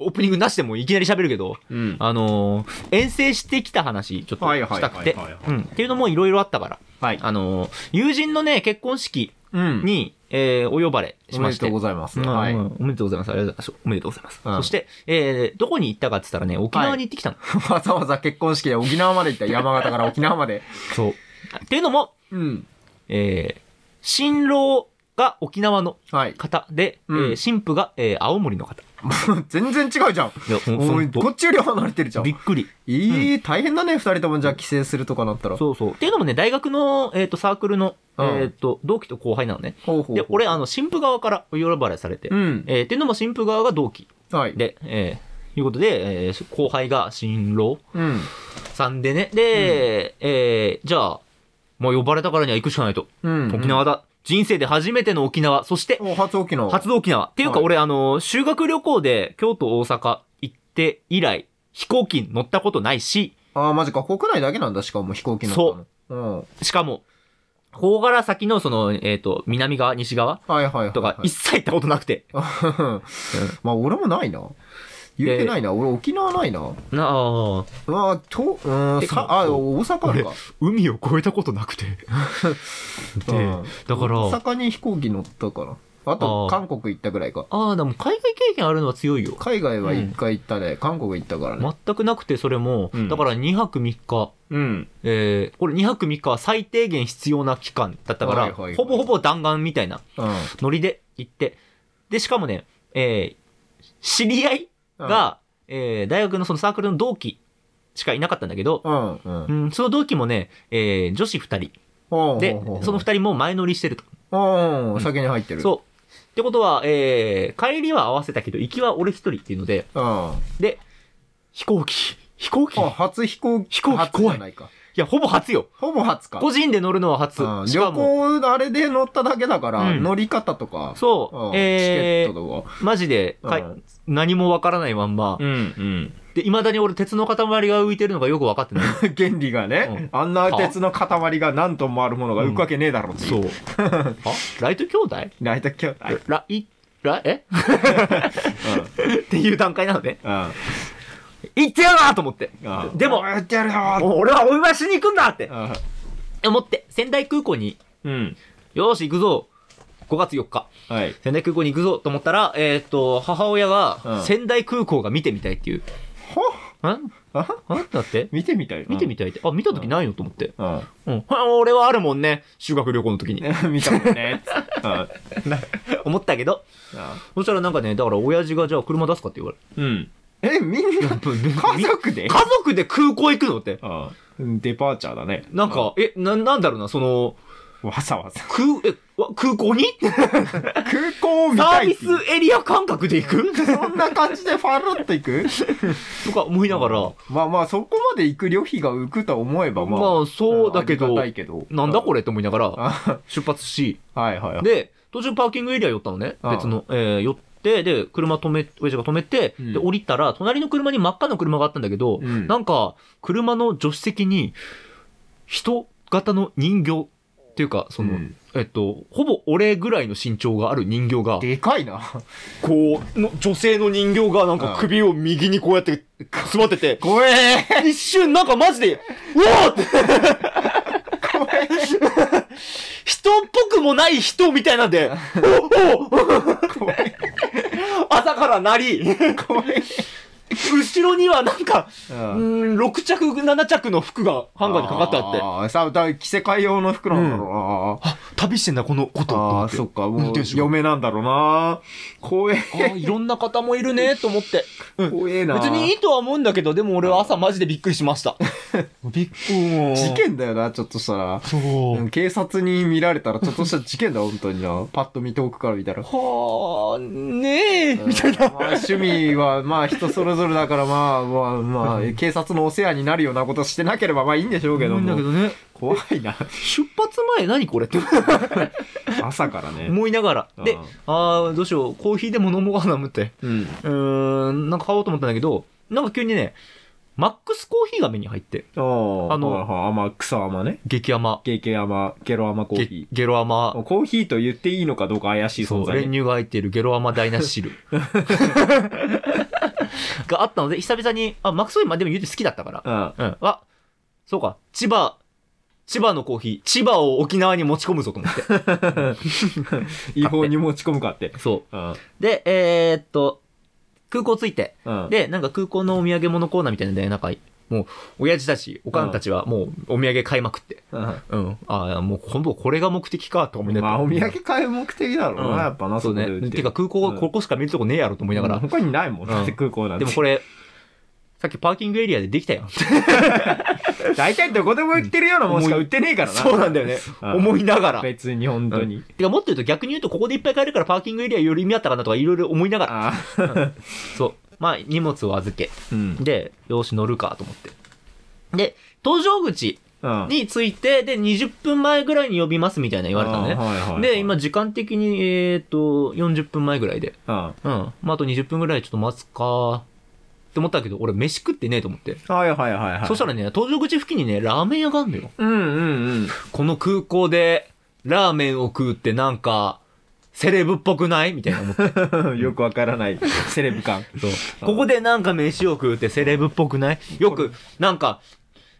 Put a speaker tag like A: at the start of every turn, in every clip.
A: オープニングなしでもいきなり喋るけど、
B: うん。
A: あのー遠征してきた話、ちょっと
B: はいはいはい
A: したくて
B: はいはいはい。
A: うんっていうのもいろいろあったから。
B: はい。
A: あのー友人のね、結婚式
B: うん。
A: に、えーお呼ばれし
B: おめ
A: ま
B: で
A: して。
B: とうございます。
A: うん
B: はい。
A: うんおめでとうございます。ありがとうございます。おめでとうございます。
B: うん
A: そして、えーどこに行ったかって言ったらね、沖縄に行ってきたの。
B: わざわざ結婚式で沖縄まで行った山形から沖縄まで。
A: そう。っていうのも、
B: うん。
A: えー新郎が沖縄の
B: はい。
A: 方で、
B: うん
A: えー新婦が、えー青森の方。
B: 全然違うじゃん。
A: いや、ほん
B: お
A: ほ
B: い
A: んと
B: こっちより離れてるじゃん。
A: び
B: い
A: っくり。
B: い、大変だね、二人ともじゃあ帰省するとかなったら。
A: そうそう。っていうのもね、大学の、えっ、と、サークルの、
B: うん
A: えっ、と、同期と後輩なのね。
B: ほうほうほう
A: で、俺、あの、新婦側から呼ばれされて、
B: うん。
A: えーっていうのも新婦側が同期
B: はい。
A: で、えーいうことで、えー後輩が新郎
B: うん。
A: さんでね、で、えーじゃあ、もう呼ばれたからには行くしかないと。
B: うん。
A: 沖縄だ。人生で初めての沖縄。そして、
B: お、初沖縄。
A: 初沖縄。っていうか、
B: はい
A: 俺、あの、修学旅行で京都、大阪行って以来、飛行機に乗ったことないし、
B: ああ、マジか。国内だけなんだ、しかも飛行機の。う。うん。
A: しかも、甲柄先のその、えっ、と、南側、西側
B: はいはいはい、はい。
A: とか、一切行ったことなくて。
B: まあ、俺もないな。言ってないな。俺、沖縄ないな。
A: なあ、
B: まあ、と、うーん、
A: てか
B: さあ、
A: そう
B: 大阪あるか。
A: 海を越えたことな くて。で、
B: うん
A: だから、
B: 大
A: あ
B: 阪に飛行機乗ったから。あ
A: あ
B: と、
A: ー
B: 韓国行ったぐらいか。
A: あー、でも海外経験あるのは強いよ。
B: 海外は一回行ったね。韓国行ったからね。
A: 全くなくて、それも、
B: うん
A: だから2泊3日、
B: うん。
A: えーこれ2泊3日は最低限必要な期間だったから、
B: はいはいはい
A: ほぼほぼ弾丸みたいな
B: うん。
A: ノリで行って、で、しかもね、えー知り合いが、えー大学のそのサークルの同期しかいなかったんだけど、
B: うん、うん。うん
A: うん、その同期もね、えー女子2人
B: ほう
A: で
B: ほうほう、
A: その2人も前乗りしてると。
B: うんうん、先に入ってる。
A: そう。ってことは、えー帰りは合わせたけど、行きは俺1人っていうので、
B: うん。あ、
A: で、飛行機、飛行機い
B: 初飛行機。
A: 飛行機
B: 初じゃないか。
A: や、ほぼ初よ。
B: ほぼ初か。
A: 個人で乗るのは初
B: うん。
A: しか
B: 旅
A: も、
B: 行のあれで乗っただけだから、
A: うん
B: 乗り方とか、
A: そう
B: う、ん
A: え
B: チケ
A: ー、
B: ットとか。
A: マジで、かい
B: うん
A: 何もわからないまんま、
B: うん、うん。
A: で、未だに俺鉄の塊が浮いてるのがよく分かってない。
B: 原理がね、あんな鉄の塊が何トンもあるものが浮くわけねえだろってい
A: そ
B: う。
A: う。あライト兄弟
B: 泣いたきゃ、うん。
A: ライ、ラ、え っていう段階なのね。
B: うん。
A: 行ってやるなと思って。
B: うん
A: でも
B: やってやるよ
A: 俺はお祝いしに行くんだって思って、仙台空港に、
B: うん。
A: よーし行くぞ。5月4日、
B: はい。
A: 仙台空港に行くぞと思ったら、えーっと、母親
B: う
A: が
B: ん、
A: 仙台空港が見てみたいっていう。
B: ほ
A: んん
B: あ
A: だって
B: 見てみたい。
A: 見てみたいって。あ、見た時ないのと思って。
B: うん。
A: うん。は俺はあるもんね。修学旅行の時に。
B: うん。 見たもんね。うん
A: 思ったけど。そしたらなんかね、だから親父がじゃあ車出すかって言われ
B: うん。え、みんな、
A: る。
B: 家族で
A: 家族で空港行くのって。
B: うん。デパーチャーだね。
A: なんか、え、な、なんだろうな、その、
B: うん、わざわざ。
A: 空、え、わ空港に
B: 空港を見
A: サ
B: た
A: ー
B: い
A: ビ
B: って
A: ス
B: いう。
A: エリア感覚で行 く
B: そんな感じでファロッと行く
A: とか思いながら、
B: まあまあ、そこまで行く旅費が浮くと思えば、まあ。
A: まあそうだけど
B: ありがたいけど
A: なんだこ
B: れ。
A: れって思いながら、
B: あ
A: 出発し、
B: はいはいはい。
A: で、途中パーキングエリア寄ったのね。
B: ああ
A: 別の、えー寄って、で、車止め、親父が止めて、
B: うん
A: で、降りたら、隣の車に真っ赤な車があったんだけど、
B: うん
A: なんか、車の助手席に、人型の人形っていうか、その、
B: うん
A: えっと、ほぼ俺ぐらいの身長がある人形が、
B: でかいな。
A: こう、の女性の人形がなん
B: う
A: か
B: ん
A: 首を右にこうやって、座ってて、
B: 怖え
A: 一瞬なんかマジで、うわーって、
B: 怖え
A: 人っぽくもない人みたいなんで、おお
B: 怖え
A: 朝からなり、
B: 怖え
A: 後ろにはなんか、
B: う
A: うんーん、6着、7着の服がハンガーにかかってあって、
B: あーさあ、だ着せ替え用の服なんだろうな。
A: あ、旅してんだ、このこと。と
B: あ
A: 思
B: あ、
A: って
B: そっか、
A: 運
B: もう
A: 転手が
B: 嫁なんだろうな。怖え、
A: あーいろんな方もいるね、と思って。うん
B: 怖えな。
A: 別にいいとは思うんだけど、でも俺は朝マジでびっくりしま した。びっくり。
B: 事件だよな、ちょっとしたら。
A: そう。
B: うん警察に見られたら、ちょっとした事件だ、本当にな。パッと見遠くから見たら。
A: はあ、ねえ、
B: うん
A: みたいな。
B: まあ趣味は、まあ人それぞれだから、まあ、まあ、まあ、警察のお世話になるようなことしてなければ、まあいいんでしょうけど
A: 思うんだけ
B: も。
A: どね。
B: 怖いな。
A: 出発前何これって
B: 朝からね。
A: 思いながら。 で
B: うん、
A: ああ、どうしよう、コーヒーでも飲もうかな、思って。
B: うん。
A: うーん、なんか買おうと思ったんだけど、なんか急にね、マックスコーヒーが目に入って、
B: あ
A: あの
B: の、甘、草甘ね。
A: 激甘、
B: ゲケ甘、ゲロ甘コー
A: ゲ
B: ヒ
A: ゲロ甘
B: ー。、コーヒーと言っていいのかどうか怪しい
A: そ
B: 存
A: う、
B: 在
A: 練
B: ね。
A: 乳が入っているゲロ甘ダイナシ汁。があったので、久々に、あ、マックスウェインまあでも言うて好きだったから、
B: うん。
A: うん。あ、そうか。千葉、千葉のコーヒー、千葉を沖縄に持ち込むぞと思って。
B: 違法に持ち込むかって。
A: そ
B: うん。
A: う。で、えーっと、空港着いて、
B: うん。
A: で、なんか空港のお土産物コーナーみたいなので、なんか、もう、親父たち、おかんたちはもうお土産買いまくって。
B: うん
A: うん。ああ、もう今度これが目的か、と思いなが
B: ま
A: ら。
B: あ、お土産買う目的だろう
A: うん
B: な、やっぱな、
A: そう
B: こで売
A: ね。
B: って
A: か空港、
B: うん
A: ここしか見るとこねえやろと思いながら。
B: 他にないもん、だって
A: うん
B: 空港なん
A: で
B: て。
A: もこれ、さっきパーキングエリアでできた やん。
B: 大体どこでも売ってるようなもんしか売ってねえからな。
A: そうなんだよね。思いながら。
B: 別に本当に。
A: てかもっと言うと逆に言うとここでいっぱい買えるからパーキングエリアより意味あったかなとかいろいろ思いながら。
B: あ
A: そう。まあ荷物を預け。
B: ーうん。
A: で、よし乗るかと思って。で、搭乗口
B: うん。
A: に着いて、で、20分前ぐらいに呼びますみたいな言われたの
B: あー
A: ね。
B: はいはいはい
A: で、今、時間的に、えっ、と、40分前ぐらいで。
B: うん。
A: うん。まあ、あと20分ぐらいちょっと待つか。って思ったけど、俺飯食ってねえと思って。
B: はいはいはいはい。
A: そしたらね、搭乗口付近にね、ラーメン屋があんのよ。
B: うんうん
A: この空港で、ラーメンを食うってなんか、セレブっぽくないみたいな思 って。
B: うん。よくわからない。セレブ感。
A: そうここでなんか飯を食うってセレブっぽくないよく、なんか、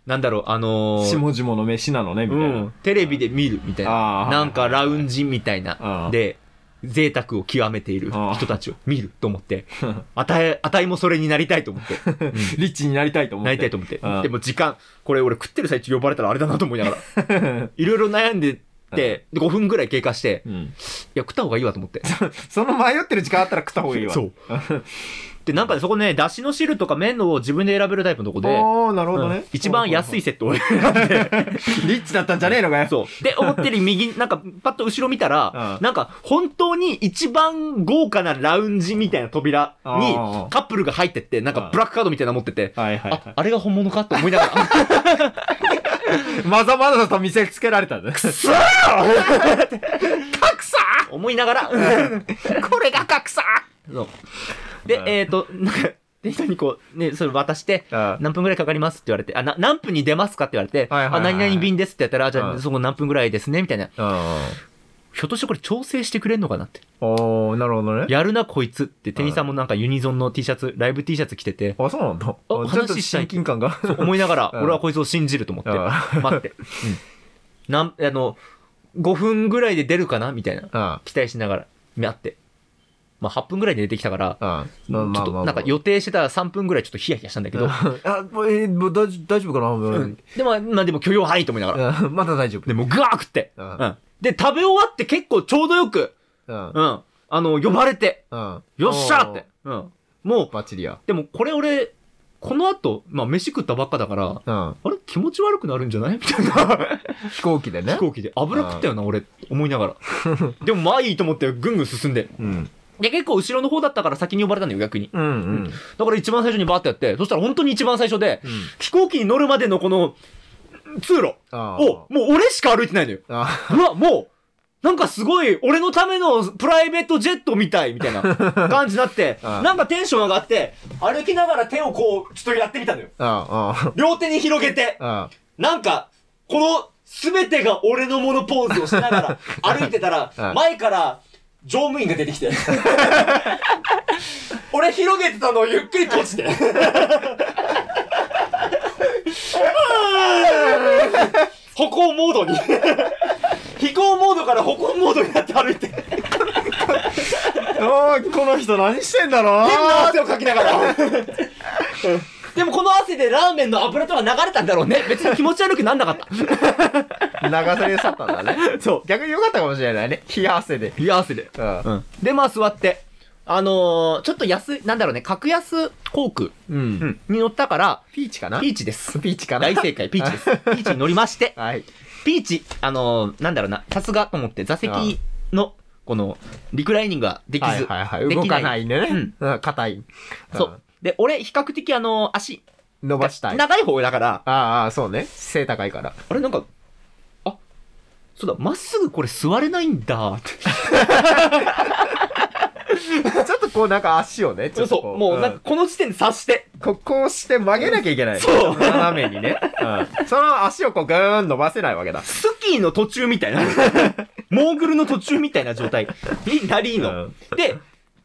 A: なんだろう、あのー
B: 下々の飯なのね、みたいうな。
A: ん、テレビで見るみたいな
B: あー
A: なんかラウンジみたい
B: あ
A: な
B: ー
A: で贅沢を極めている人たちを見ると思 って
B: ん
A: あたいあたいもそれになりたいと思って、
B: リッチになりたいと思って。
A: なりたいと思って
B: あー
A: でも時間これ俺食ってる最中呼ばれたらあれだなと思いながらいろいろ悩んでてで5分ぐらい経過してい
B: うん。
A: や食った方がいいわと思って
B: その迷ってる時間あったら食った方がいいわ。
A: そう。でなんかねそこねだしの汁とか麺を自分で選べるタイプのとこで
B: おー、なるほ
A: う
B: ど
A: ん
B: ね。
A: 一番安い
B: い。
A: セットを選んで
B: リッチだったんじゃねえのかよ。
A: そう。で、思 ってる右、なんか、パッと後ろ見たら、
B: うん
A: なんか、本当に一番豪華なラウンジみたいな扉に
B: あー、
A: カップルが入ってって、なん
B: う
A: か
B: ん、
A: ブラックカードみたいなの持ってて、
B: はいはい
A: あ
B: は、
A: あれが本物かって思いな がら、
B: い。まざまざと見せつけられたんだね。
A: くそー格差思いなが ら、これが格差そう。で
B: う、ん
A: えっと、なんか、で人にこう、ね、それ渡して、何分ぐらいかかりますって言われて、あ、な何分に出ますかって言われて、
B: はいはいはい
A: あ、何々便ですってやったら、あじゃ
B: う
A: あ、
B: ん
A: そこ何分ぐらいですね、みたいな。
B: う
A: ひょっとしてこれ調整してくれんのかなって。
B: ん。おー、なるほどね。
A: やるなこいつって店員さんもなんかユニゾンの T シャツライブ T シャツ着てて
B: あ、そうなんだ。あちょっと
A: 話したい
B: 親近感が。
A: そう 思いながら
B: うん
A: 俺はこいつを信じると思って
B: う
A: 待って、うん、なんあの5分ぐらいで出るかなみたいな
B: うん。
A: 期待しながら待ってまあ8分ぐらいで出てきたから
B: あ
A: ちょっとなんか予定してたら3分ぐらいちょっとヒヤヒヤしたんだけど、
B: あ、もうえーもう大丈夫大丈夫かな、
A: うんでもまあでも許容範囲と思いながら
B: うんまだ大丈夫。
A: でもうガー食って、
B: うん
A: うんで食べ終わって結構ちょうどよく、
B: うん。
A: うん、あの呼ばれて
B: うん。
A: よっしゃーって、うん、もう
B: おー。バッチリや。
A: でもこれ俺、この後、まあ飯食ったばっかだから、
B: うん。
A: あれ気持ち悪くなるんじゃないみ たいな。
B: 飛行機でね
A: 飛。行機で。油食ったよな、俺。思いな がら。でもまあいいと思って、ぐんぐん進んで。
B: うん。
A: で、結構後ろの方だったから先に呼ばれたんだよ、逆に。
B: うんうん。
A: だから一番最初にバーってやって、そしたら本当に一番最初で、
B: うん
A: 飛行機に乗るまでのこの、通路
B: あー
A: を、もう俺しか歩いてないのよ。
B: あ
A: うわ、もう、なんかすごい、俺のためのプライベートジェットみたい、みたいな感じになって、
B: ああ
A: なんかテンション上がって、歩きながら手をこう、ちょっとやってみたのよ。
B: ー。あー
A: 両手に広げて、
B: あー。
A: なんか、この、すべてが俺のものポーズをしなが ら歩いてたら
B: う、ん
A: 前から、乗務員が出てき て。俺広げてたのをゆっくり閉じて。 うーん歩行モードに。飛行モードから歩行モードになって歩いて。
B: あーあー。この人何してんだろう
A: 変な汗をかきながら。でもこの汗でラーメンの油とか流れたんだろうね。別に気持ち悪くなんなかった。
B: 流され去ったんだね。
A: そう。
B: 逆に良かったかもしれないね。冷や汗で。
A: 冷や汗で。
B: うん。
A: で、まあ座って、あのーちょっと安い、なんだろうね、格安航空
B: うん。
A: に乗ったから、
B: ピーチかな
A: ピーチ です。
B: ピーチかな
A: 大正解、ピーチです。 ピーチに乗りまして、
B: はい。
A: ピーチ、あのーなんだろうな、さすがと思って、座
B: あ
A: 席の、この、リクライニングができず、
B: はいはいはい。
A: でき
B: 動かないんで
A: うん
B: ね。うん。硬い。
A: そう。で、俺、比較的あのー足
B: うん。伸ばしたい。
A: 長い方だから、
B: ああああ、そうね。背高いから。
A: あれなんか、あ、そうだ、まっすぐこれ座れないんだって。
B: ちょっとこうなんか足をね、 ちょっと
A: そ
B: こ
A: う、もうなん
B: ん
A: かこの時点で察して、
B: ここをして曲げなきゃいけない。
A: そう
B: 斜めにね。うん。その足をこうぐーん伸ばせないわけだ。
A: スキーの 途中みたいな、モーグルの途中みたいな状態になりの。
B: うん
A: で、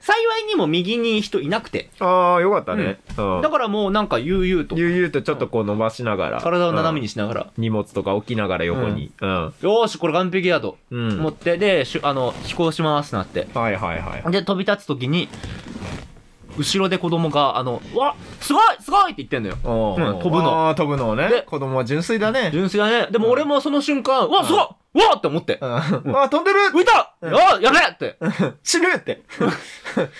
A: 幸いにも右に人いなくて。
B: ああ、よかったね。うん
A: だからもうなんか悠々と、
B: 悠々とちょっとこう伸ばしながら。
A: 体を斜め
B: に。
A: にしながら、
B: 荷物とか置きながら横に。うん。
A: よーし、これ完璧やと
B: うん。
A: 思って、で、しゅあの、飛行しますなって。
B: はいはいはい。
A: で、飛び立つ時に、後ろで子供が、あの、わすごいすごいって言ってんのよ。
B: おー
A: うん飛ぶの。
B: あー飛ぶの
A: で
B: ね。子供は純粋だね。
A: 純粋だね。でも俺もその瞬間、わすごいわーって思って
B: う。ん。あ、飛んでる
A: 浮いた
B: うん
A: よーやべえって。
B: 死ぬって。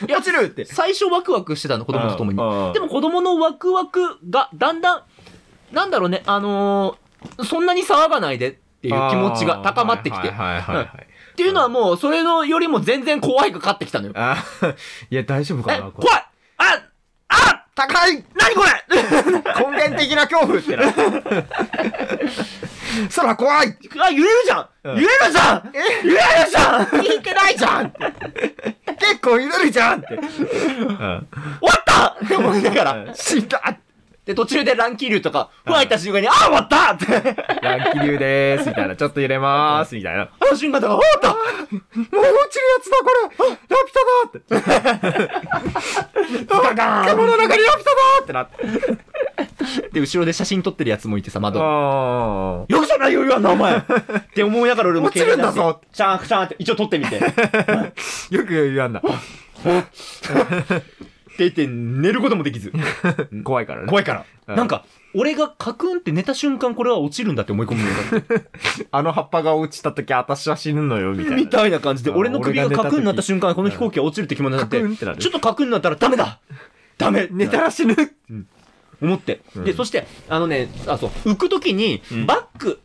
A: いや
B: 落ちるって。
A: 最初ワクワクしてたの、子供と共に。
B: に
A: で、も子供のワクワクがだんだん、なんだろうね、あのーそんなに騒がないでっていう気持ちが高まってきて。
B: あーはいはいはいはい。
A: っていうのはもう、それのよりも全然怖いが勝ってきたのよ。え、
B: あーいや、大丈夫かな
A: 怖い
B: これ
A: ああ
B: 高い
A: 何これ
B: 根源的な恐怖ってな。空怖
A: あ、
B: い
A: 揺れるじゃん
B: う
A: 揺
B: ん
A: れるじゃん
B: え
A: 揺れるじゃん聞いてないじゃん終わ
B: 結構揺れるじゃんって。うん。
A: ったって思いながら。
B: 死んだ
A: で、途中で乱気流とか、ふわいた瞬間に、あ、終わったって。
B: 乱気流でーすみたいな。ちょっと揺れまーすみたいな。
A: あの瞬間とか、終わっ
B: もう落ちるやつだこれラピュタだって
A: ガガーン
B: 雲の中にラピュタだってなって。
A: たで、後ろで写真撮ってるやつもいてさ、窓。
B: あ
A: よくじゃないよ、言わんな、お前 って思いながら俺も
B: 落ちるんだぞ
A: シャン、シャンって、一応撮ってみ て。って
B: ーよく言わんな。
A: 言って、寝ることもできず。
B: 怖いからね。
A: 怖いから。
B: うん
A: なんか、俺がカクンって寝た瞬間、これは落ちるんだって思い込むのよ。
B: あの葉っぱが落ちた時、私は死ぬのよ、みたいな。
A: みたいな感じで、
B: うん
A: 俺の首がカクンになった瞬間、この飛行機は落ちるって気持ちになって、
B: カクンってなる
A: ちょっとカクンになったらダメだダメ
B: 寝たら死ぬ
A: 思って。で、
B: うん
A: そして、あのね、あ、そう、浮くときに
B: う、ん
A: バッグ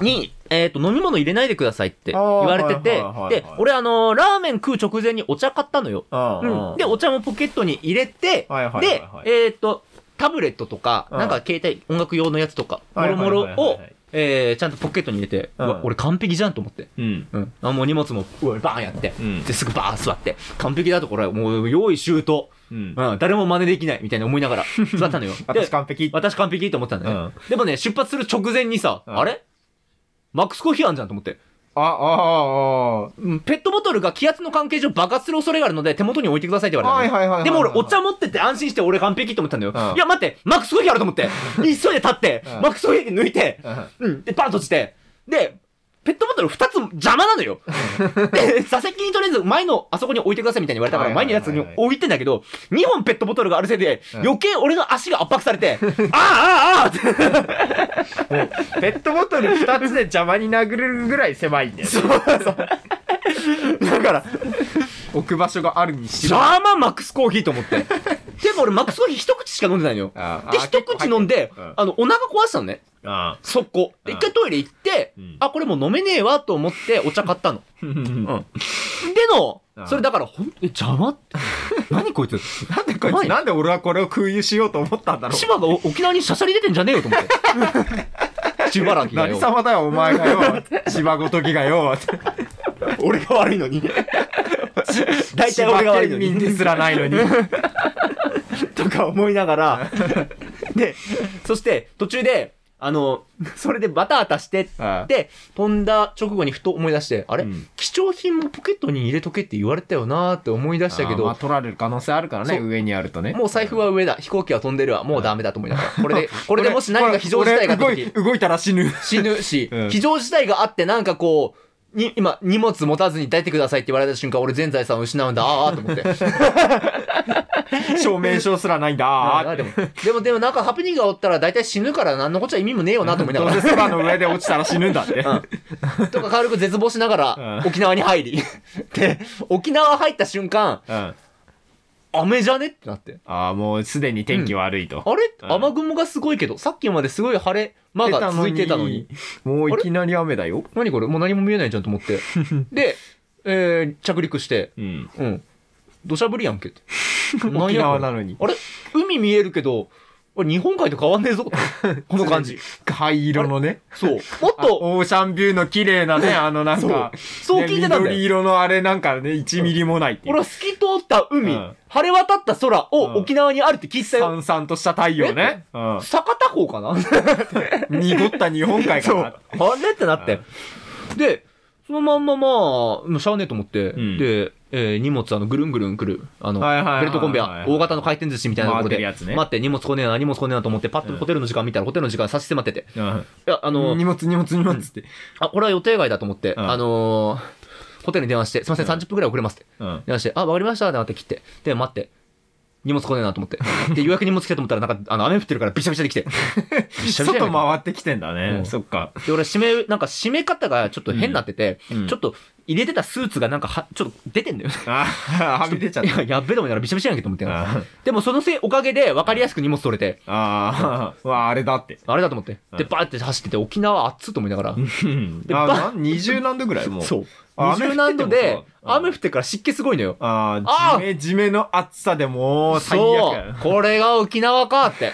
A: に、えっと、飲み物入れないでくださいって言われてて
B: あーはいはいはいは、い
A: で、俺あのー、ラーメン食う直前にお茶買ったのよ。うん、で、お茶もポケットに入れて、
B: はいはいはい
A: で
B: はい、
A: えーっと、タブレットとか、
B: うん
A: なんか携帯、音楽用のやつとか、もろもろ
B: はいはいはい
A: を
B: はいはい、
A: えーちゃんとポケットに入れて、う
B: うん
A: わ、俺完璧じゃんと思って。
B: うん。
A: うん。あ、もう荷物も、うわ、バーンやって。
B: うん
A: で、すぐバーン座って。完璧だと、これ、もう、用意周到。
B: うん。。
A: うん、誰も真似できない、みたいな思いながら、座ったのよ
B: 私完璧
A: で。私完璧と思ったんだよね。でもね、出発する直前にさ、
B: うん
A: あれマックスコーヒーあんじゃんと思って。
B: あ、ああ、ああ。
A: うんペットボトルが気圧の関係上爆発する恐れがあるので手元に置いてくださいって言われたのよ
B: はいはいは
A: で
B: いはいはい
A: も俺お茶持ってて安心して俺完璧って思ったんだよ。
B: うん
A: いや待って、マックスコーヒーあると思って、急いで立って、
B: うん
A: マックスコーヒー抜いて、うん、で、パン閉じて、で、ペットボトル2つ邪魔なのよ。で、 座席にとりあえず前のあそこに置いてくださいみたいに言われたから
B: はいは
A: 前
B: い
A: のや
B: はいはい
A: つに置いてんだけど、2本ペットボトルがあるせいで余計俺の足が圧迫され て、ああああああって。
B: ペットボトル2つで邪魔に殴れるぐらい狭いんだよ。
A: だから、
B: 置く場所があるにしろ。
A: 邪魔マックスコーヒーと思って。でも俺マックスコーヒー一口しか飲んでないのよ。
B: ああ
A: で、一口飲んで、
B: うん
A: あの、お腹壊したのね。
B: あ
A: 速攻。で、
B: うん
A: 一回トイレ行って
B: うん、
A: あ、これもう飲めねえわと思ってお茶買ったの。
B: あ。
A: う。
B: なん
A: での
B: う、ん
A: それだから、ほん、え、邪魔って。何こいつ。
B: んでこいつ、なんで俺はこれを空輸しようと思ったんだろ
A: 千葉がお沖縄にシャシャリ出てんじゃねえよと思って。 千葉ら
B: う。
A: きが
B: 何
A: よ。
B: 様だよ、お前が よ。芝ごときがよ。
A: 俺が悪いのに。 大体
B: 千
A: 俺が
B: 葉
A: 悪いの
B: 県民
A: に。
B: ですらな いのに。
A: とか思いながら。 で、そして、途中で、あの、それでバタバタして
B: ああ
A: で、飛んだ直後にふと思い出して、あれ、
B: うん
A: 貴重品もポケットに入れとけって言われたよなーって思い出したけど、
B: あーまあ取られる可能性あるからね、
A: そう
B: 上にあるとね。
A: もう財布は上だ、飛行機は飛んでるわ、もうダメだと思いながら、これ で、これでもし何か非常事態があった
B: 俺
A: 時、
B: 動い動いたら 死ぬ。
A: 死ぬし、
B: うん
A: 非常事態があってなんかこう、に今、荷物持たずに抱いてくださいって言われた瞬間、俺全財産を失うんだ、あーあーと 思って。
B: 証明書すらないんだ。
A: あ
B: あ
A: ー
B: ー
A: でも、でも、でもなんかハプニングがおったら大体死ぬから何のこっちゃ意味もねえよなと思いな
B: ど
A: が
B: う
A: ら
B: せ。空の上で落ちたら死ぬ んだって。
A: とか軽く絶望しながら
B: うん
A: 沖縄に入 り。で、沖縄入った瞬間、
B: うん
A: 雨じゃねってなって。
B: ああ、もうすでに天気悪いと。
A: あれ
B: うん
A: 雨雲がすごいけど、さっきまですごい晴れ間が続いてたのに。。
B: もういきなり雨だよ。
A: 何これもう何も見えないじゃんと思っ て。で、えー、着陸して、
B: うん。
A: うん。土砂降りやんけって。
B: 沖縄な
A: の
B: のに。
A: あれ海見えるけど、あれ日本海と変わんねえぞ。 この感じ。。
B: 灰色のね。
A: そう。もっ
B: あ
A: と、
B: オーシャンビューの綺麗なね、あのなんか。
A: そう聞いてたんだよ
B: ね緑色のあれなんかね、1ミリもないっていう
A: 俺は。透き通った海、
B: うん
A: 晴れ渡った空
B: うん
A: を沖縄にあるって聞いてたよ。
B: さんとした太陽ね。うん。
A: 坂田港かな
B: 濁った日本海か
A: そう。
B: な
A: あ。れってなって。で、そのまんままあ、もうしゃあねえと思って、
B: ん
A: で、えー荷物あのぐるんぐるんくるあの
B: はいはいはいはい
A: ベルトコンベア大型の回転寿司みたいなとこ
C: 回
A: ろ
C: ってる
A: で
C: やつね
A: 待って荷物来ねえな荷物来ねえなと思ってパッとホテルの時間見たらホテルの時間差し迫ってて
C: うん
A: いやあの
B: 荷物荷物荷物って。
A: あこれは予定外だと思って
C: うん
A: あのーホテルに電話してすいません30分ぐらい遅れますって
C: うん
A: 電話してあわかりましたってなって切ってで待って荷物来ねえなと思ってで予約荷物来たと思ったらなんかあの雨降ってるからびしゃびしゃできてびしゃびしゃや
C: 外
A: ねんか
C: 回ってきてんだね
A: う。ん
C: そっか。
A: で俺締めなんか締め方がちょっと変になってて、
C: うん
A: ちょっと入れてたスーツがなんかはちょっと出てんだよね
C: あーはみ出ちゃっ
A: いや、やっべえと思いながらびしゃびしゃやんけと思って
C: た。あ
A: でもそのせい、おかげで分かりやすく荷物取れて、
C: あー、うわあれだって。
A: あれだと思って。で、
C: うん
A: バーって走ってて、沖縄暑っと思いながら。
C: うん
A: で
B: あ
A: バ
B: なん20何度ぐらいもう。
A: そう。
C: あ
A: 20何度で、
C: 雨
A: 雨降ってから湿気すごいのよ。
B: あ
A: あー
B: あ、じめじめの暑さでもう最悪
A: そ
B: や
A: う。これが沖縄かって。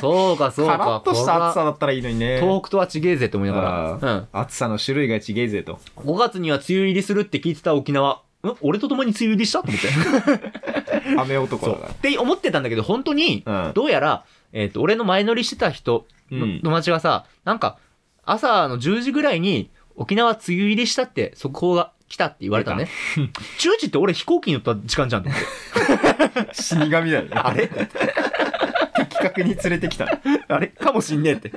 A: そうか、そう
B: カ
A: か。
B: ラッとした暑さだったらいいのに
A: こ
B: ね
A: れ。は東北とは違えぜと思いながら。うん。
B: 暑さの種類がちげえぜと。
A: 5月には梅雨入りするって聞いてた沖縄。ん俺と共に梅雨入りしたと思って。
B: 雨男
A: そ
B: だ
A: う。
B: か
A: って思ってたんだけど、本当に、
B: ら。うん。
A: どうやら、えっ、と、俺の前乗りしてた人
C: うん
A: の友達がさ、なんか、朝の10時ぐらいに、沖縄梅雨入りしたって、速報が来たって言われたのね。10時って俺飛行機に乗った時間じゃんと思って。
B: 死神だよね。
A: あれ
B: 的確に連れてきた。
A: あれかもしんねえって。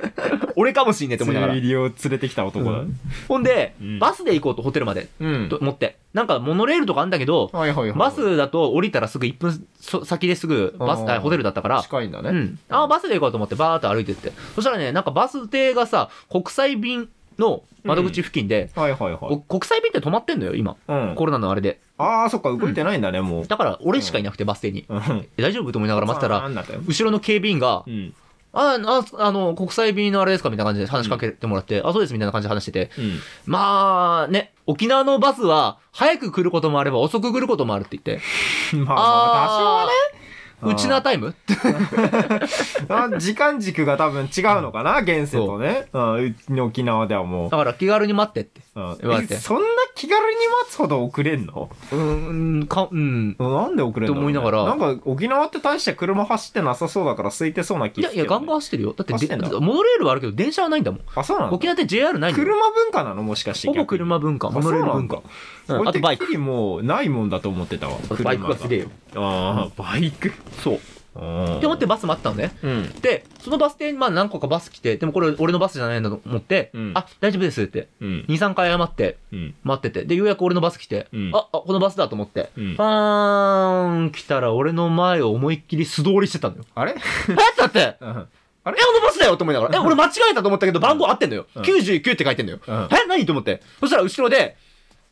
A: 俺かもしんねえって
B: 梅
A: 思いなが
B: 雨
A: ら
B: 入。りを連れてきた男だね。
A: ほんで、
C: うん
A: バスで行こうと、ホテルまで、
B: うん
A: と思って。なんかモノレールとかあんだけど、
B: はいはいはい。
A: バスだと降りたらすぐ1分そ先ですぐバス、
B: あー
A: あホテルだったから、
B: 近いんだ
A: う
B: ね。
A: ん。あ、バスで行こうと思って、バーっと歩いてって。そしたらね、なんかバス停がさ、国際便の窓口付近で、
B: はいはいは
A: こ
B: い。
A: 国際便って止まってんのよ、今。
B: うん。
A: コロナのあれで。
B: ああ、そっか、動いてないんだね、もう。
A: だから、俺しかいなくて、バス停に。
B: うん。
A: え大丈夫と思いながら待ってた
B: あ
A: ら、
B: んだったよ。
A: 後ろの警備員が
C: う、ん。
A: あ、ああの、国際便のあれですかみたいな感じで話しかけてもらって、あ、そうですみたいな感じで話してて、
C: うん。
A: まあね、沖縄のバスは、早く来ることもあれば、遅く来ることもあるって言って、
B: まあ、まあ多少は
A: あ
B: ね。
A: あー、うちなタイム
B: あ時間軸が多分違うのかな、現世とね。うん、うちの沖縄ではもう
A: だ。から気軽に待ってって。
B: うん
A: 言われて
B: えそんな気軽に待つほど遅れんの
A: うーん、か、うん。
B: なんで遅れんの、
A: と思いながら
B: なんか沖縄って大して車走ってなさそうだから空いてそうな気
A: い
B: が
A: や
B: す
A: い
B: るよ
A: や、
B: ね、
A: ガンガン走ってるよ。だって
B: 走
A: で、
B: ってんだ
A: モノレールはあるけど、電車はないんだもん。
B: あ、そうなの
A: 沖縄って JR ないんだよ。
B: 車文化なのもしかして。
A: ほぼ車文化、
B: あ
A: モノレール文化。
B: そうなん
A: うん
B: だ。
A: あとバイク
B: 俺てっきりもうないもんだと思ってたわ。
A: バイクがすげえ
B: え。
A: よ。
B: ああ、バイク。
A: そう。
B: で
A: で、思って、バス待ってたのね。
B: うん。
A: で、そのバス停にまあ何個かバス来て、でもこれ俺のバスじゃないんだと思って、
C: うん
A: あ、大丈夫ですって、
C: うん。
A: 2、3回謝って、
C: うん。
A: 待ってて、で、ようやく俺のバス来て、
C: うん
A: あ、あ、このバスだと思って、
C: うん
A: パーン来たら俺の前を思いっきり素通りしてたのよ。
B: あれ
A: えだって
C: うん。
A: あれえ、このバスだよと思いながら、え、俺間違えたと思ったけど番号合ってんのよ。
C: うん
A: 99って書いてんのよ。
C: うん
A: え何と思って。そしたら後ろで、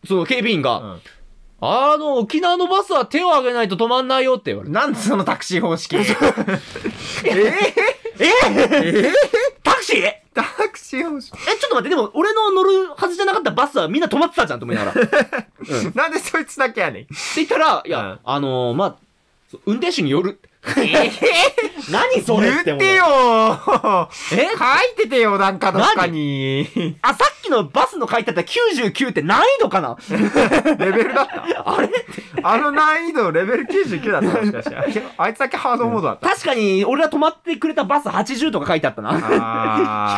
A: その警備員が、あの、沖縄のバスは手を挙げないと止まんないよって言われて。
B: なんでそのタクシー方式え
A: ええタクシーえ、
B: タクシー方
A: ちょ
B: 式
A: っと待って、でも俺の乗るはずじゃなかったバスはみんな止まってたじゃんと思いながら。って
B: なんでそいつだけやねん。
A: 言ったら、いうや
B: ん、
A: あのー、まあ、そう運転手による。 何そ
B: 言ってよー
A: え
B: 書いててよ、なんかどっかに。レ
A: あ、さっきのバスの書いてあった99って難易度かな
B: ベルだった。
A: あれ
B: あの難易度、レベル99だった、もしかして。ああいつだけハードモードだった。
A: 確かに、俺が止まってくれたバス80とか書いてあったな。
B: あ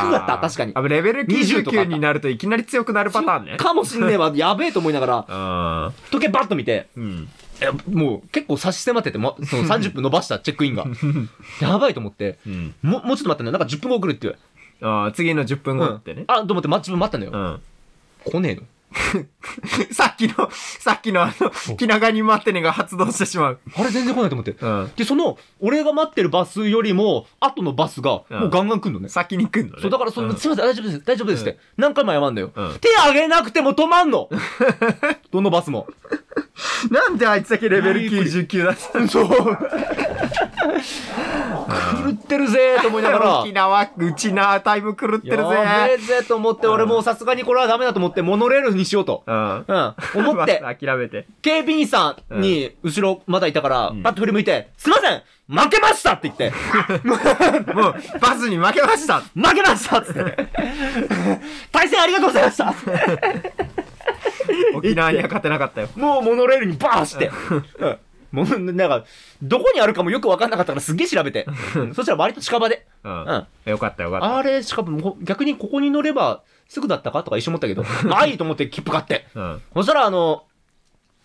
B: ー
A: 低かった確かに
B: あレベル
A: 20とかあっ
B: 99
A: た
B: になるといきなり強くなるパターンね。
A: かもしんねえわ。やべえと思いながら、
B: あ
A: 時計バッと見て、
B: ーうん。
A: いやもう結構差し迫ってて、ま、その30分伸ばしたチェックインが。やばいと思って、
B: うん。
A: ももうちょっと待ってね、なんか10分後来るって言う。
B: あー次の10分後
A: うん
B: ってね。
A: あ、と思って、ま、自分待ったの
B: う
A: よ。
B: ん。
A: 来ねえの。
B: さっきの、さっきのあの、気長に待ってねが発動してしまう。
A: あれ全然来ないと思って。
B: うん。
A: で、その、俺が待ってるバスよりも、後のバスが、
B: うん
A: もうガンガン来んのね。
B: 先に来んのね。
A: そう、だからその、
B: ん
A: すいません、大丈夫です、大丈夫ですって。何回も謝んのよ。
B: うん
A: 手あげなくても止まん のどのバスも。
B: なんであいつだけレベル99だったのそう。
A: 狂ってるぜーと思いなが ら。
B: 沖縄、うちな、タイム狂ってる
A: やべえ
B: ぜ。
A: ぜと思って、俺もうさすがにこれはダメだと思って、モノレールにしようと。
B: うん。
A: うん。 思って、
B: まず諦めて。
A: 警備員さんに後ろまだいたから、パッと振り向いて、すいません負けましたって言 って、
B: もう、バスに負けました。
A: 負けましたっつって。 対戦ありがとうございました
B: 沖縄には勝てなかったよ。
A: もうモノレールにバーンして。うんもう、なんか、どこにあるかもよくわかんなかったからすっげえ調べ て。そしたら割と近場で。
B: うん。よかったよかった。
A: あれ、しかも逆にここに乗 ればすぐだったかとか一瞬思ったけど、まあいいと思って切符買って。
B: うん。
A: そしたら、あの、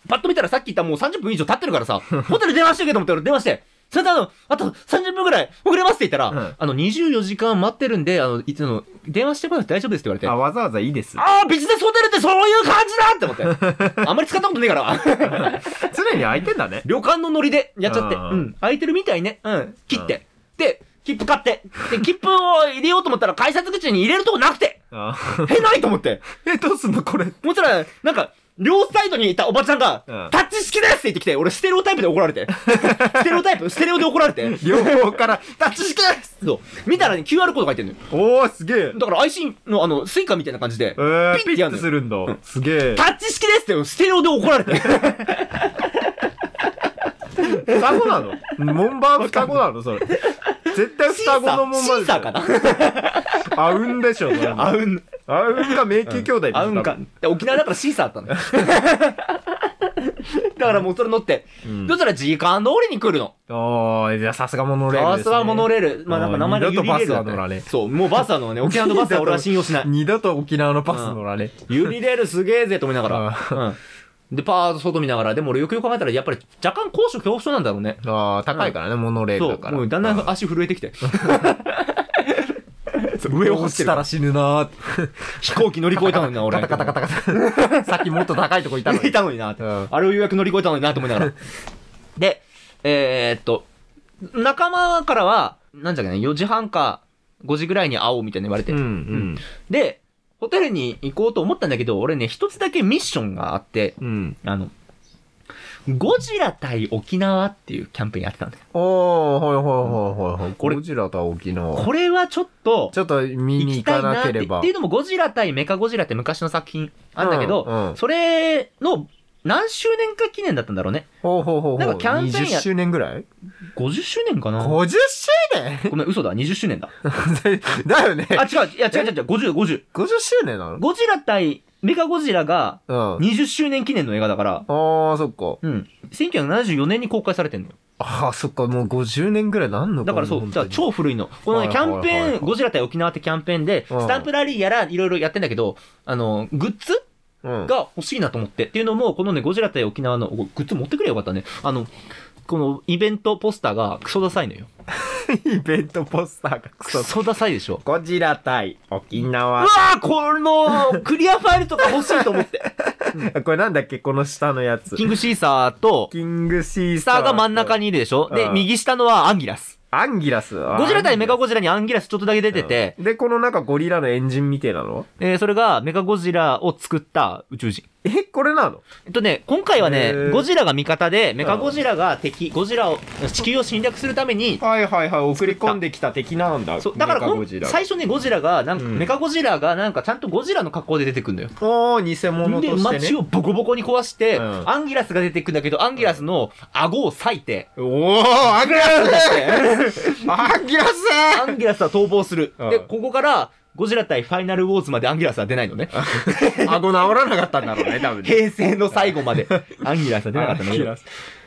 A: パッと見たらさっき言ったもう30分以上経ってる からさ、ホテル電話してるけどと思って俺電話して、それであの、あと30分ぐらい遅れますって言ったら、
B: うん
A: あの、24時間待ってるんで、あの、いつの、電話してこなくて大丈夫ですって言われて、
B: あ、わざわざいいです。
A: ああ、ビジネスホテルってそういう感じだって思って。あんまり使ったことねえから。
B: 常に空いてんだね。
A: 旅館のノリでやっちゃって。
B: あー
A: うん。空いてるみたいね。うん。切って。で、切符買って。で、切符を入れようと思ったら改札口に入れるとこなく て。
B: あ
A: え、ないと思って。
B: え、どうすんのこれ。
A: もちろん、なんか、両サイドにいたおばちゃんが、
B: うん
A: タッチ式ですって言ってきて、俺ステレオタイプで怒られ て。ステレオタイプステレオで怒られて。
B: 両方から。
A: タッチ式ですそう。見たらね、QR コード書いてるのよ。
B: おー、すげえ。
A: だから IC のあの、スイカみたいな感じで、
B: えー、
A: ピ
B: ピ
A: ッてや
B: ッ
A: ん
B: て
A: のよ
B: するんだ。すげえ
A: タ。ッチ式ですってステレオで怒られて。
B: 双子なのモンバー双子なのそれ。絶対 双子のモンバー
A: シーサーかな
B: 合うんでしょ、それ
A: あうん。
B: 合うんか迷宮兄弟でしょ
A: あうん
B: 多
A: か
B: 分。
A: で沖縄だからシーサーあったのよ。だからもうそれ乗って。
B: うん
A: どうしたら時間通りに来るの。
B: あー、じゃあさすがモノレール
A: バ
B: ですね。
A: スはモノ レール。まあなんか名前が
B: あー二度と
A: ユリレールだ
B: バスは乗らねえ
A: そう、もうバスは乗らねえ。沖縄のバスは俺は信用しない。
B: 二度と沖縄のバス乗らね。
A: ユリレールすげえぜと思いながら。うん。で、パーッと外見ながら、でも俺よくよく考えたら、やっぱり若干高所恐怖症なんだろうね。
B: ああ、高いからね、モノレー
A: そ
B: ル
A: う
B: だか、ら。
A: もうだんだん足震えてきて。
B: うん
A: 上を走って
B: 落ち
A: る
B: た。ら死ぬなーって。
A: 飛行機乗り越えたのにな、俺。
B: カタカタカタカタ。さっきもっと高いとこいたの
A: い
B: に。
A: たのになって、
B: うん
A: あれをようやく乗り越えたのになと思いながら。で、えーっと、仲間からは、なんじゃっけね、4時半か5時ぐらいに会おうみたいに言われて。
B: うんうん
A: で、ホテルに行こうと思ったんだけど、俺ね、一つだけミッションがあって、
B: うん。
A: あの、ゴジラ対沖縄っていうキャンペーンやってたんだよ。
B: おー、はいはいはいはいはい。
A: これ
B: ゴジラと沖縄。
A: これはちょっと、
B: ちょっと見に行かなけ
A: って。
B: れば。
A: っていうのも、ゴジラ対メカゴジラって昔の作品あんだけど、
B: うんうん
A: それの何周年か記念だったんだろうね。
B: ほうほうほうほう。
A: なんかキャンペーンや
B: 20周年ぐらい
A: 50周年かな
B: ?50 周年
A: ごめん、嘘だ。20周年だ。
B: だよね。
A: あ、違う、いや、違う違う違う、50、50。
B: 50周年なの
A: ゴジラ対メカゴジラが
B: うん。
A: 20周年記念の映画だから、
B: ああ、そっか。
A: うん。1974年に公開されてんのよ。
B: ああ、そっか。もう50年ぐらいなんのか
A: だからそう、
B: 本
A: じゃ
B: 当
A: あ
B: に
A: 超古いの。このね、
B: は
A: キ
B: いはい
A: ャ
B: は
A: ン
B: い
A: ペーン、ゴジラ対沖縄ってキャンペーンで、
B: うん
A: スタンプラリーやらいろいろやってんだけど、あの、グッズ
B: うん。
A: が欲しいなと思って。っていうのも、このね、ゴジラ対沖縄のおグッズ持ってくればよかったね。あの、このイベントポスターがクソダサいのよ。
B: イベントポスターがク
A: クソダサいでしょ。
B: ゴジラ対沖
A: う
B: 縄
A: わ。ーこの、クリアファイルとか欲しいと思って。
B: これなんだっけこの下のやつ
A: キ。ングシーサーと、
B: キングシー
A: スタ
B: サー
A: ーが真ん中
B: に。
A: にいるでしょで、
B: うん
A: 右下のはアンギラス。
B: アンギラス。
A: ゴジラ対メカ
B: ジ
A: ゴジラにアンギラスちょっとだけ出てて、
B: で、この中ゴリラのエンジンみてえなの
A: えーそれがメカゴジラを作った宇宙人。
B: え、これなの
A: えっとね、今回は
B: へ
A: ね、
B: ー
A: ゴジラが味方で、メカゴジラが敵、ゴジラを、地球を侵略するために、
B: はいはいはい。送り込んできた敵なんだ。
A: そう、だからこん最初ね、ゴジラが、なんか、
B: うん
A: メカゴジラがなんかちゃんとゴジラの格好で出てくるんだよ。
B: おー、偽物
A: で、
B: として
A: 街
B: ね。
A: をボコボコに壊して、
B: うん
A: アンギラスが出てくんだけど、アンギラスの顎を裂い て、
B: おー、アンギラスアンギラス
A: アンギラスは逃亡する。
B: うん
A: で、ここから、ゴジラ対ファイナルウォーズまでアンギラスは出ないのね。
B: 顎治らなかったんだろうね、多分ね。
A: 平成の最後まで、アンギラスは出なかったんだけど。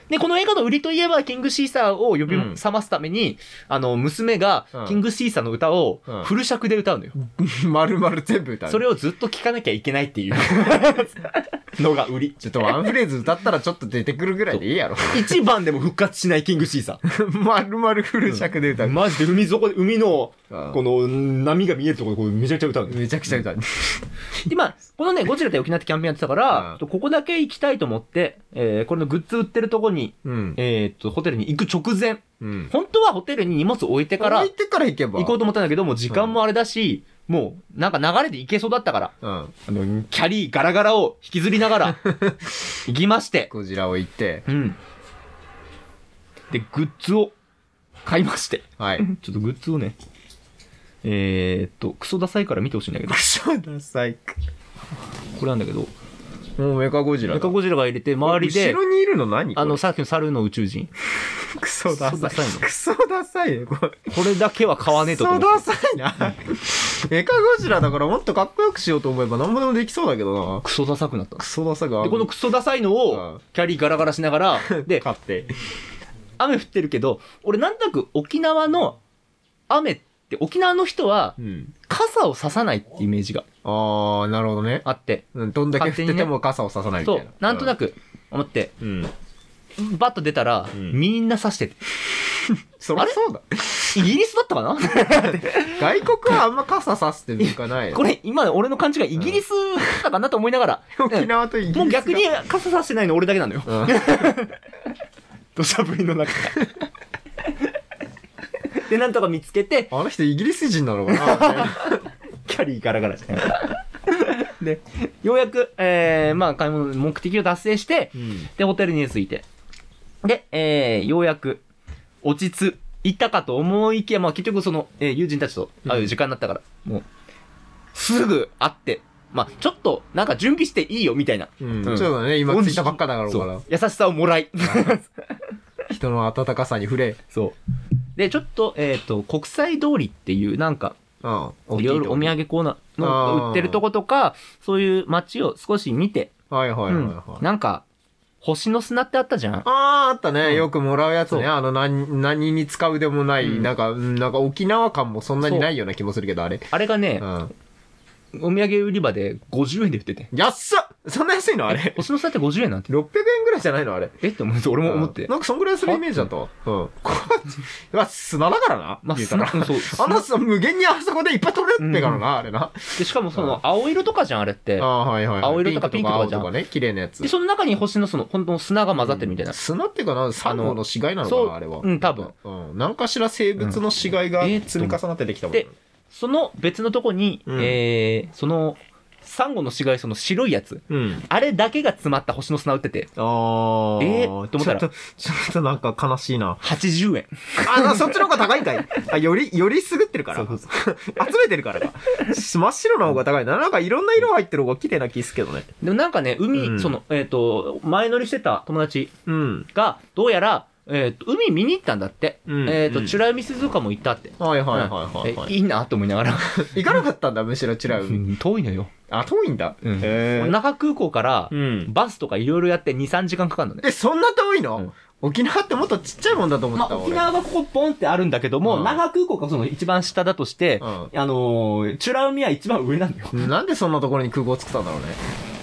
A: で、この映画の売りといえば、キングシーサーを呼び
B: うん
A: 覚ますために、あの、娘が
B: う、ん
A: キングシーサーの歌を
B: うん、
A: フル尺で歌うのよ。
B: まるまる全部歌う。
A: それをずっと聴かなきゃいけないっていう のが売り。
B: ちょっとワンフレーズ歌ったらちょっと出てくるぐらいでいい やろ。
A: 一番でも復活しないキングシーサ
B: まるまるフル尺で歌
A: ー。
B: う。
A: マジで海底で、海の、
B: うん
A: この、波が見えるところでこうめちゃくちゃ歌うのよ。
B: めちゃくちゃ歌う。
A: で、まあ、このね、ゴジラ対沖縄ってキャンペーンやってたからちょ
B: うん、
A: っとここだけ行きたいと思って、えーこれのグッズ売ってるとこに、
B: うん。
A: えーっと、ホテルに行く直前、
B: うん。
A: 本当はホテルに荷物置いてから
B: 置い、てから行けば。
A: 行こうと思ったんだけど、もう時間もあれだし、もう、なんか流れで行けそうだったから、
B: うん。
A: あの、キャリーガラガラを引きずりなが ら、行きまして、
B: ゴジラを行って。
A: うん。で、グッズを買いまして。
B: はい。
A: ちょっとグッズをね、えー、っと、クソダサいから見てほしいんだけど、
B: ソダサイ
A: これなんだけど、
B: もうメカゴジラ
A: メ
B: だ。
A: カゴジラが入れて、周りで
B: 後、ろにいるの何
A: あの、、さっきの猿の宇宙人。
B: クソダサ
A: クソダサい
B: い。
A: の
B: クソダサいよ、これ。
A: これだけは買わねえとと思
B: ク
A: って
B: ソダサいな。メカゴジラだからもっとかっこよくしようと思えば何もでもできそうだけどな。
A: クソダサくなった。
B: クソダサが。
A: で、このクソダサいの
B: う
A: を
B: ん、
A: キャリーガラガラしなが ら、で、
B: 買って。
A: 雨降ってるけど、俺なんとなく沖縄の雨って、沖縄の人は
B: うん。
A: 傘を差さないってイメージが
B: あー、なるほどね。
A: あって、
B: うんどんだけ降ってても傘をささないみた
A: そ
B: いな。
A: う、なんとな
B: く。
A: く、思って、
C: うん。
A: バッと出たら、
C: うん
A: みんな刺してて。
B: そりゃそうだ。
A: イギリスだったかな。
B: 外国はあんま傘さすって文化ない
A: これ、今、俺の勘違い、イギリスだったかなと思いなが ら、
B: 沖縄とイギリスが
A: もう逆に傘さしてないの俺だけなのよ。
B: うん
A: 土砂降りの中。 で、なんとか見つけて、
B: あの人イギリス人なのかな
A: キャリーガラガラして。 で、ようやく、えー、まあ、買い物、目的を達成して、
B: うん。
A: で、ホテルに着いて。で、えー、ようやく、落ち着いたかと思いきや、まあ、結局その、えー友人たちと会う時間になったから、もう、すぐ会って、まあ、ちょっと、なんか準備していいよ、みたいな。
B: うん。
A: うん
B: そうだね。今着いたばっかだから
A: そ
B: か
A: う
B: ら。
A: 優しさをもらい。
B: 人の温かさに触れ。
A: そう。で、ちょっと、えっ、と、国際通りっていう、なんか、
B: うん。
A: いろいろお土産コーナー
B: あ
A: の
B: ー
A: 売ってるとことか、そういう街を少し見て、
B: はいはいはいはい。
A: うんなんか、星の砂ってあったじゃん
B: ああ、あったね、
A: うん
B: よくもらうやつ
A: そう
B: ね。あの、何、何に使うでもない、
A: うん
B: なんか、うんなんか沖縄感もそんなにないような気もするけど、あれ。
A: あれがね
B: う、ん。
A: お土産売り場で50円で売ってて。
B: 安っそんな安いのあれ。
A: 星の砂って50円なんて。
B: 600円ぐらいじゃないのあれ。
A: えって思って、俺も思って
B: うん。なんかそんぐらいするイメージだったわ。 うん。こうまあ、砂だからな。
A: まあ、
B: 言う
A: す
B: たら
A: な、そう。す
B: あの砂無限にあそこでいっぱい取れるってからな、あれな。
A: で、しかもその、青色とかじゃん、あれって
B: あ。あ、はいはいはい。
A: 青色とかピンクとか
B: 青とかね、綺麗なやつ
A: で、。その中に星のその、本当の砂が混ざってるみたいな。
B: 砂っていうかな、サンゴの死骸なの
A: そ
B: か
A: う
B: な、あれは。
A: うん多分。
B: うん。何かしら生物の死骸が
A: うんえーっと
B: 積み重なってできたもん。
A: でその別のとこに、
B: うん
A: えー、その、サンゴの死骸、その白いやつ。
B: うん。
A: あれだけが詰まった星の砂売ってて、え
B: ああ。
A: ーって思ったら
B: ちょっと、ちょっとなんか悲しいな。
A: 80円。
B: あの、そっちの方が高いんかい。あ、より、よりすぐってるから。集めてるからか。真っ白の方が高いな。なんかいろんな色入ってる方が綺麗な気すけどね。
A: でもなんかね、海、
B: うん
A: その、えっ、と、前乗りしてた友達
B: うん。
A: が、どうやら、えっ、と、海見に行ったんだって。
B: うん
A: えっ、
B: う
A: と、
B: ん
A: チュラミ水族館も行ったって。
B: はいはいはいはい、は
A: え
B: い。
A: いいなと思いながら。
B: 行かなかったんだ、むしろチラ
A: う
B: 海。
A: ん遠いのよ。
B: あ、遠いんだ。
A: うん
B: へえ。
A: 那覇空港から、
B: うん。
A: バスとかいろいろやって2、3時間かかるのね。
B: え、そんな遠いの、
A: うん
B: 沖縄ってもっとちっちゃいもんだと思っ
A: ま
B: て
A: あ、
B: たわ。
A: 沖
B: 俺
A: 縄がここポンってあるんだけども、
B: うん
A: 那覇空港がその一番下だとして、
B: うん
A: あのー、チュラ海は一番上なんだよ。
B: なんでそんなところに空港作ったんだろうね。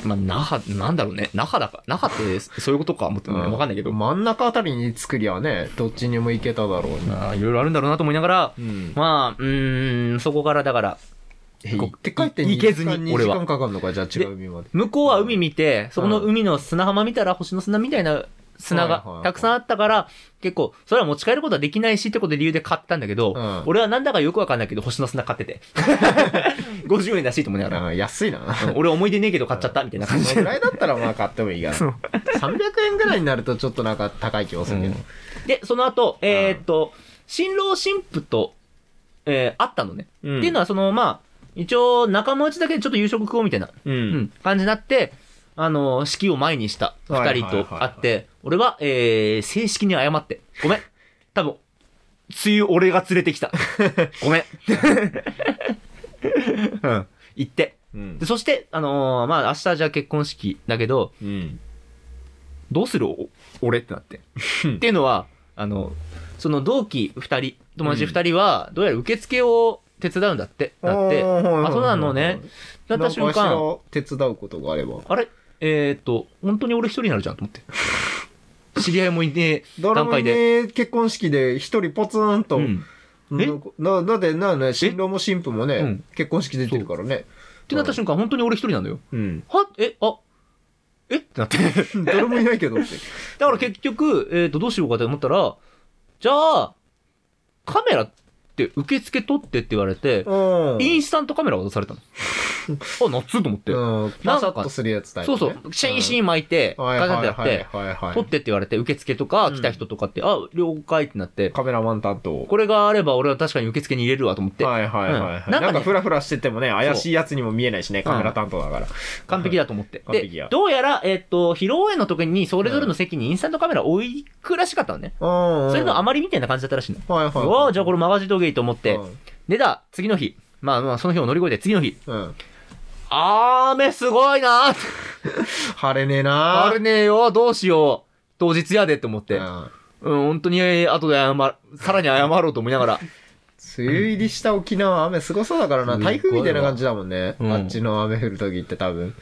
A: まあ、那覇、なんだろうね。那覇だか。那覇ってそういうことか思ってもね、
B: う
A: わかんないけど。
B: 真ん中あたりに作りゃね、どっちにも行けただろうに。
A: まあ、いろいろあるんだろうなと思いながら、
B: うん。
A: まあ、うーん、そこからだから、
B: 行って帰って
A: 行けずに、
B: 2
A: 俺
B: 時
A: は
B: 間。かかんのか、じゃあチラ海まで。
A: 向こうは海見て、そこの海の砂浜見たら星の砂みたいな砂
B: はいはいは
A: が
B: い
A: たくさんあったから、結構、それは持ち帰ることはできないしってことで理由で買ったんだけど
B: うん、
A: 俺はなんだかよくわかんないけど星の砂買って て。50円だしと思いながら。
B: うん安いな。
A: うん俺思い出ねえけど買っちゃったみたいな感じ
B: そのぐ
A: で。
B: らいだったらまあ買ってもいいから。
A: そう
B: 300円ぐらいになるとちょっとなんか高い気もするけど。
A: で、その後、えーっと、新郎新婦と、えー会ったのね。
B: うん
A: っていうのは、その、まあ、一応仲間内だけでちょっと夕食食おうみたいな
B: う。
A: うんん、感じになって、あの、式を前にした
B: は
A: 二
B: いは
A: 人
B: いはいはい
A: と会って、俺は、えー、正式に謝って、ごめん。多分、梅雨俺が連れてきた。 ごめん。うん。行って。
B: うん
A: で、。そして、あのーまあ、明日じゃあ結婚式だけど、
B: うん。
A: どうするお俺ってな って。っていうのは、あの、その同期二人、友達二人は、どうやら受付を手伝うんだって、なって、あ、そうなのね。。なった瞬間、
B: 手伝うことがあれば。
A: あれえーっと、本当に俺一人になるじゃんと 思って。知り合いもいねえ
B: 誰
A: 段
B: も
A: 階
B: い
A: で。
B: ねえ結婚式で一人ポツンと。
A: うん。
B: うんなだってなね、新郎も新婦も
A: う
B: ね
A: ん、
B: 結婚式出てるからね。
A: ってなった瞬間、本当に俺一人なんだよ。
B: うん。
A: はえ、あ、えってなって。
B: 誰もいないけど って。
A: だから結局、えーっと、どうしようかと思ったら、じゃあ、カメラって受付取ってって言われて、
B: うん。
A: インスタントカメラ渡さ れたの。あ、夏と思って。
B: うん。パサッとするやつタイプ
A: そ
B: ね。
A: うそう。シーンシー
B: ン。
A: ン巻いて、
B: はい
A: ガ
B: はい
A: チャンっ
B: は
A: て
B: い
A: やって、
B: はいはい。
A: 撮ってって言われて、受付とか来た人とかって、あ、了解ってなって、
B: カメラマン担当。
A: これがあれば俺は確かに受付に入れるわと思って、
B: はいはいはいはい、
A: うんな
B: なんん
A: かね
B: か、フラフラしててもね、怪しいやつにも見えないしね、カメラ担当だから。
A: 完璧だと思って。
B: 完璧
A: で
B: や、
A: どうやら、えっ、と、披露宴の時にそれぞれの席にインスタントカメラ置くらしかったのね。
B: うんうん
A: それの余りみたいな感じだったらしいの。
B: はいはいうはい。
A: わあじゃあこれマガジドゲイと思って。
B: うん
A: でだ、次の日。まあまあ、その日を乗り越えて次の日。
B: うん。
A: 雨すごいなー
B: 晴れねえな
A: あれねえよ、どうしよう。当日やでって思っ
B: う
A: て。
B: ん
A: うん、本当に、えー後で謝る、さらに謝ろうと思いながら。
B: 梅雨入りした沖縄は雨すごそうだからな。
A: うん
B: 台風みたいな感じだもんね。
A: うん
B: あっちの雨降る時って多分。